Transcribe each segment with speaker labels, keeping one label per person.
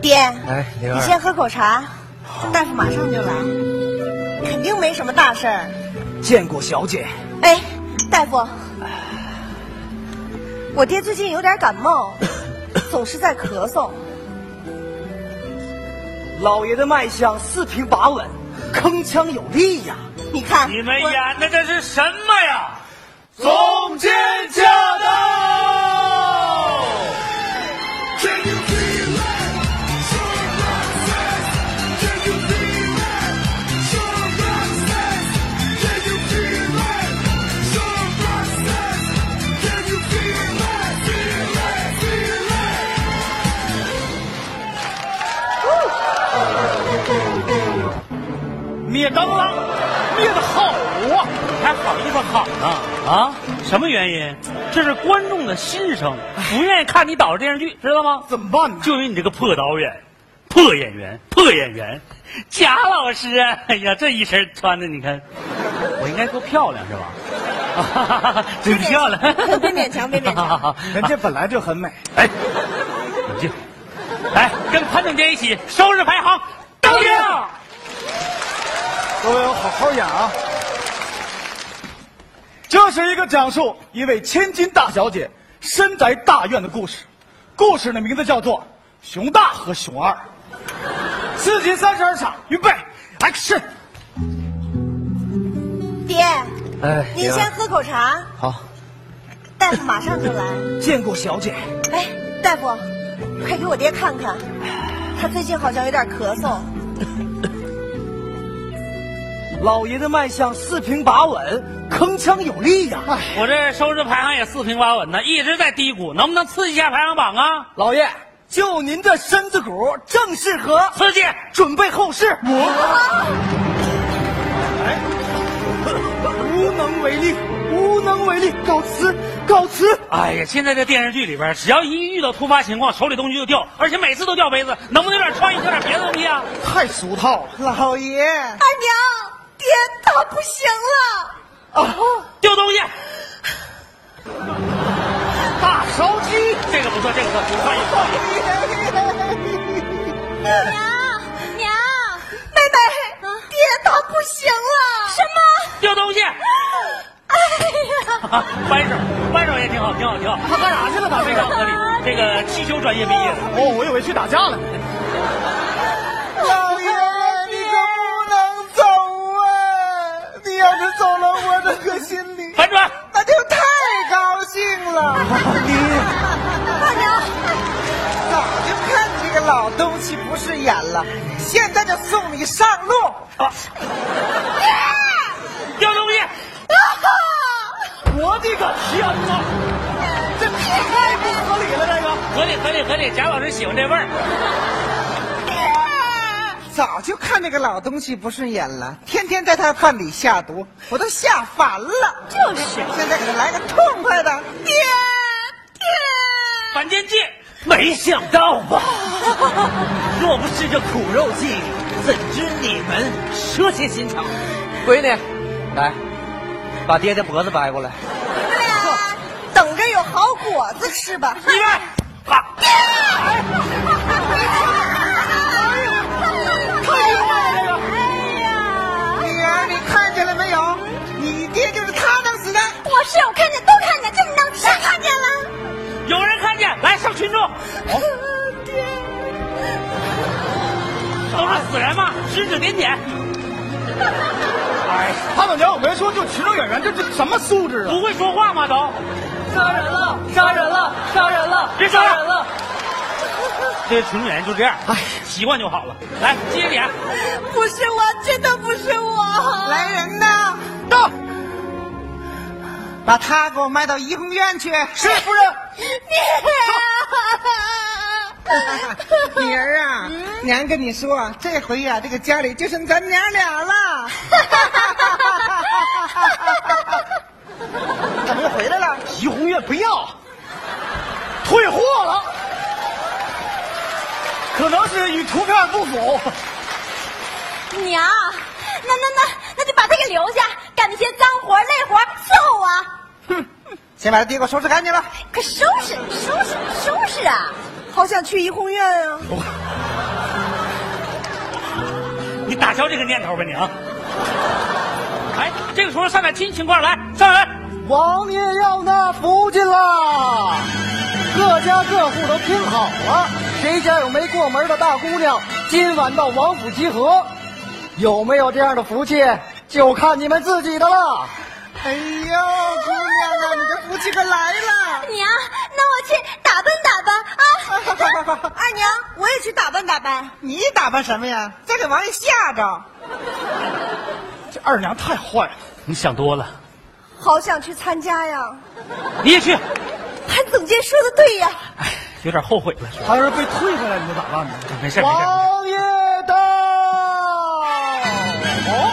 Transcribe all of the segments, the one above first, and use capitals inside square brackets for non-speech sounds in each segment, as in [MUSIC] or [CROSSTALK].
Speaker 1: 爹，
Speaker 2: 哎，灵
Speaker 1: 你
Speaker 2: 儿，
Speaker 1: 先喝口茶，大夫马上就来，肯定没什么大事儿。
Speaker 2: 见过小姐。
Speaker 1: 哎，大夫，我爹最近有点感
Speaker 2: [COUGHS]
Speaker 1: 冒，总是在咳嗽。
Speaker 2: 老爷的脉象四平八稳，铿锵有力呀。
Speaker 1: 你看，
Speaker 3: 你们
Speaker 1: 我
Speaker 3: 演的哎这是什么呀？
Speaker 2: 总监驾到！
Speaker 3: 灭灯了，灭的好啊！你还好意思好呢？啊，什么原因？这是观众的心声，
Speaker 2: 哎
Speaker 3: 不愿意看你导的电视剧，知道吗？
Speaker 2: 怎么办呢？
Speaker 3: 就因为你这个破导演、破演员、破演员，贾老师，哎呀，这一身穿的，你看，我应该多漂亮是 [LAUGHS] 吧？真漂亮， [LAUGHS]
Speaker 1: 别勉强别勉强。
Speaker 2: [LAUGHS] 人家本来就很美。
Speaker 3: 哎，冷静，来跟潘总监一起收拾排行，登顶。
Speaker 2: 啊各位，我好好演啊！这是一个讲述一位千金大小姐身宅大院的故事，故事的名字叫做《熊大和熊二》。四集三十二场，预备，action！
Speaker 1: 爹，
Speaker 2: 哎
Speaker 1: 您先喝口茶，
Speaker 2: 好，
Speaker 1: 大夫马上就来。
Speaker 2: 见过小姐。
Speaker 1: 哎，大夫，快给我爹看看，他最近好像有点咳嗽。
Speaker 2: 老爷的脉象四平八稳，铿锵有力呀、
Speaker 1: 哎
Speaker 3: 我这收视排行也四平八稳呢，一直在低谷，能不能刺激一下排行榜啊？
Speaker 2: 老爷，就您这身子骨正适合，
Speaker 3: 刺激！
Speaker 2: 准备后事。我，无能为力，无能为力，告辞，告辞。
Speaker 3: 哎呀，现在这电视剧里边，只要一遇到突发情况，手里东西就掉，而且每次都掉杯子，能不能有点创意，有点别的东西啊？
Speaker 2: 太俗套了，老爷。
Speaker 1: 二娘，爹他不行了。
Speaker 2: 啊，
Speaker 3: 丢东西，
Speaker 2: 大烧鸡。
Speaker 3: 这个不错，这个不错，换一个，换一个。
Speaker 1: 娘娘，妹妹，爹他不行了。什么？
Speaker 3: 丢东西， [LAUGHS]
Speaker 1: 哎呀！
Speaker 3: 啊，扳手，扳手也挺好，挺好，挺好。
Speaker 2: 他干啥去了？他
Speaker 3: 非常合理。这个汽修专业毕业的。
Speaker 2: 哦，我以为去打架了。 [LAUGHS] 老爷，你可不能走啊！你要是走了，我这个心里
Speaker 3: 反转，
Speaker 2: 那就太高兴了。 [LAUGHS] 你
Speaker 1: 二娘，
Speaker 2: 早就看这个老东西不顺眼了，现在就送你上路。
Speaker 3: 丢东西，
Speaker 2: 我的个天哪！这太不合理了，这个。
Speaker 3: 合理，合理，合理。贾老师喜欢这味儿。
Speaker 4: 早就看那个老东西不顺眼了，天天在他饭里下毒，我都吓烦了。就是，现在给他来个痛快的。
Speaker 1: 爹爹，
Speaker 3: 反间计。没想到吧？若不是这苦肉计，怎知你们蛇蝎心肠？
Speaker 5: 闺女，来，把爹的脖子掰过来。
Speaker 1: 你们俩等着有好果子吃吧。
Speaker 3: 你们，啊，
Speaker 1: 哎呀！
Speaker 4: 女儿，你看见了没有？你爹就是他弄死的。
Speaker 1: 我是我看见，都看见，这么能吃？谁看见了？
Speaker 3: 有人看见，来上群众，
Speaker 1: 爹，
Speaker 3: 都是死人嘛，指指点点，哎
Speaker 2: 潘总监，我没说，就群众演员，这这什么素质啊？
Speaker 3: 不会说话吗？都
Speaker 5: 杀人了！杀人了！杀人了！
Speaker 3: 别杀
Speaker 5: 杀
Speaker 3: 人
Speaker 5: 人了！
Speaker 3: 这群众演员就这样，哎，习惯就好了。来，接着演，
Speaker 1: 不是我，真的不是我。
Speaker 4: 来人呐，
Speaker 2: 到
Speaker 4: 把他给我卖到怡红院去。 [LAUGHS]
Speaker 2: 是夫人，
Speaker 1: 爹，
Speaker 4: 女儿啊，
Speaker 2: 嗯
Speaker 4: 娘跟你说啊，这回呀、这个家里就剩咱娘俩了。
Speaker 2: [LAUGHS]
Speaker 4: 怎么又回来了？
Speaker 2: 怡红院不要，退货了，可能是与图片不符。
Speaker 1: 娘，那那那那就把他给留下，干那些脏活累活伺候我。
Speaker 4: 先把他爹给我收拾干净了。
Speaker 1: 快收拾收拾收拾啊！好想去怡红院啊！
Speaker 6: 你打消这个念头吧，你啊！来，这个时候上点亲情况，来，上来。
Speaker 2: 王爷要纳福晋啦！各家各户都听好了，谁家有没过门的大姑娘，今晚到王府集合。有没有这样的福气，就看你们自己的了。
Speaker 7: 哎呦，姑娘啊，你这福气可来了！
Speaker 8: 娘，那我去打扮打扮啊！
Speaker 7: 快快快快，
Speaker 1: [LAUGHS] 二娘，我也去打扮打扮。
Speaker 7: 你打扮什么呀？再给王爷吓着！
Speaker 2: 这二娘太坏了，
Speaker 6: 你想多了，
Speaker 1: 好想去参加呀！
Speaker 6: 你也去。
Speaker 1: 潘总监说的对呀，
Speaker 6: 哎，有点后悔了，是吧
Speaker 2: 他要是被退回来，你就咋办呢？
Speaker 6: 没事没事。
Speaker 2: 王爷到！哦，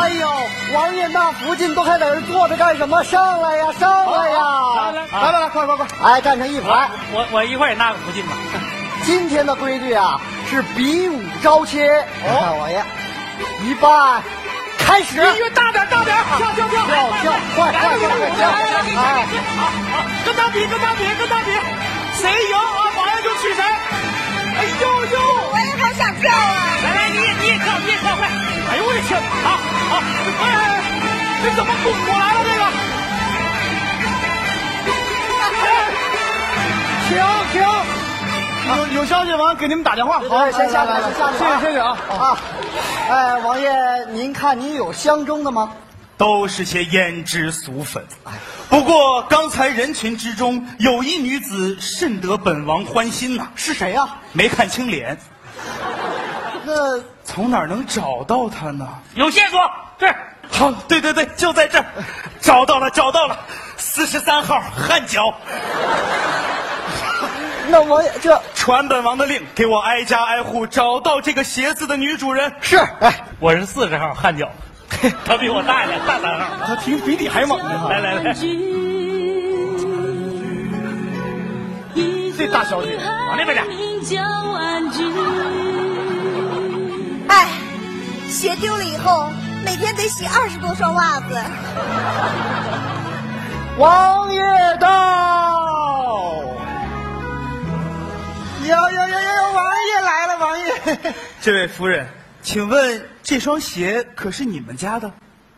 Speaker 2: 哎呦，王爷纳福晋都还在这坐着干什么？上来呀，上来呀！
Speaker 6: 来来
Speaker 2: 啊来来来，快快快！哎，站成一排。
Speaker 6: 我我一会儿也纳个福晋吧。
Speaker 2: 今天的规矩啊是比武招亲。哦，王爷，预备，开始。音乐大点，大点，跳跳跳，跳跳，快快快快跳！哎，跟他比，跟他比，跟他比，谁赢啊，王爷就娶谁。哎呦呦！
Speaker 1: 我也好想跳啊！
Speaker 6: 来来，你也你也跳，你也跳，快！
Speaker 2: 哎呦我的天！
Speaker 6: 好好，
Speaker 2: 哎哎，哎这怎么滚过来了？这个。哎停停！有有消息完给你们打电话。好，哎先下去，先下去。谢谢谢谢啊啊！哎，王爷，您看您有相中的吗？
Speaker 3: 都是些胭脂俗粉。不过刚才人群之中有一女子甚得本王欢心呐、
Speaker 2: 是谁呀、
Speaker 3: 没看清脸，
Speaker 2: 那
Speaker 3: 从哪儿能找到她呢？
Speaker 6: 有线索，是
Speaker 3: 好，对对对，就在这儿，找到了，找到了，四十三号汗脚，
Speaker 2: 那王爷这
Speaker 3: 传本王的令，给我挨家挨户找到这个鞋子的女主人。
Speaker 2: 是哎，
Speaker 6: 我是四十号汗脚，他比我大呀，大三号。
Speaker 2: 他挺比你还猛呢。
Speaker 6: 来来来，
Speaker 2: 这大小姐，
Speaker 6: 往那边点。
Speaker 1: 哎，鞋丢了以后，每天得洗二十多双袜子。
Speaker 2: 王爷到！
Speaker 7: 呦呦呦呦呦，王爷来了，王爷！
Speaker 3: 这位夫人， [LAUGHS] 请问这双鞋可是你们家的？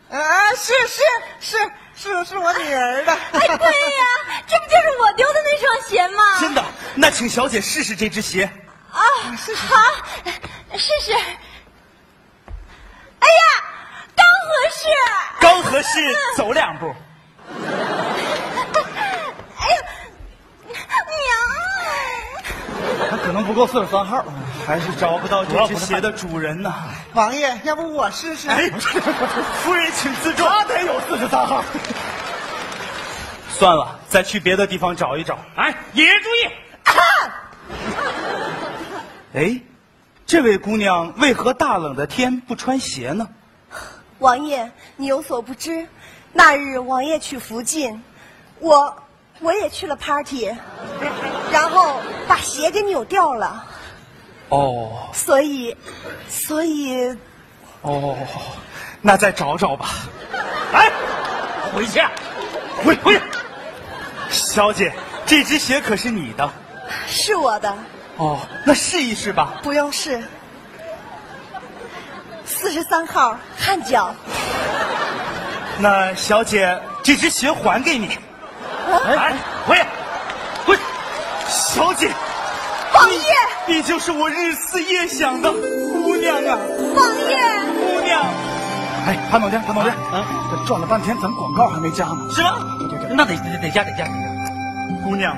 Speaker 2: 呃
Speaker 7: 啊，是是是是是我女儿的。
Speaker 8: 哎，对呀、这不就是我丢的那双鞋吗？
Speaker 3: 真的？那请小姐试试这只鞋。
Speaker 8: 啊，好，试试。哎
Speaker 1: 哎
Speaker 8: 呀，刚合适。
Speaker 3: 刚合适，走两步。
Speaker 8: 哎呀，娘！
Speaker 2: 他可能不够四十三号。
Speaker 3: 还是找不到这只鞋的主人呐、
Speaker 7: 王爷，要不我试试？
Speaker 3: 哎，夫人请自重。
Speaker 2: 他得有四十三号。
Speaker 3: [LAUGHS] 算了，再去别的地方找一找。
Speaker 6: 哎，引人注意，
Speaker 3: 哎，这位姑娘为何大冷的天不穿鞋呢？
Speaker 1: 王爷，你有所不知，那日王爷去福晋，我我也去了 party，然后把鞋给扭掉了，
Speaker 3: 哦
Speaker 1: 所以，所以
Speaker 3: 哦，那再找找吧。
Speaker 6: 哎，回去，
Speaker 3: 回回，小姐，这只鞋可是你的。
Speaker 1: 是我的，
Speaker 3: 哦，那试一试吧。
Speaker 1: 不用试。四十三号汗脚，
Speaker 3: 那小姐，这只鞋还给你。
Speaker 6: 哎，回去，回去。
Speaker 3: 小姐，
Speaker 1: 王爷，
Speaker 3: 你就是我日思夜想的姑娘啊，
Speaker 1: 王爷。
Speaker 3: 姑娘。
Speaker 2: 哎，潘总监，潘总监，啊，这转了半天，咱们广告还没加呢。
Speaker 6: 是吗？那得得加得加。
Speaker 3: 姑娘，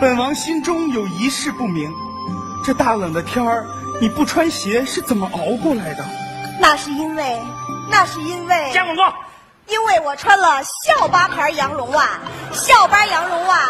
Speaker 3: 本王心中有一事不明，这大冷的天儿，你不穿鞋是怎么熬过来的？
Speaker 1: 那是因为，那是因为，
Speaker 6: 加广告，
Speaker 1: 因为我穿了校八牌羊绒袜，校八羊绒袜
Speaker 3: 啊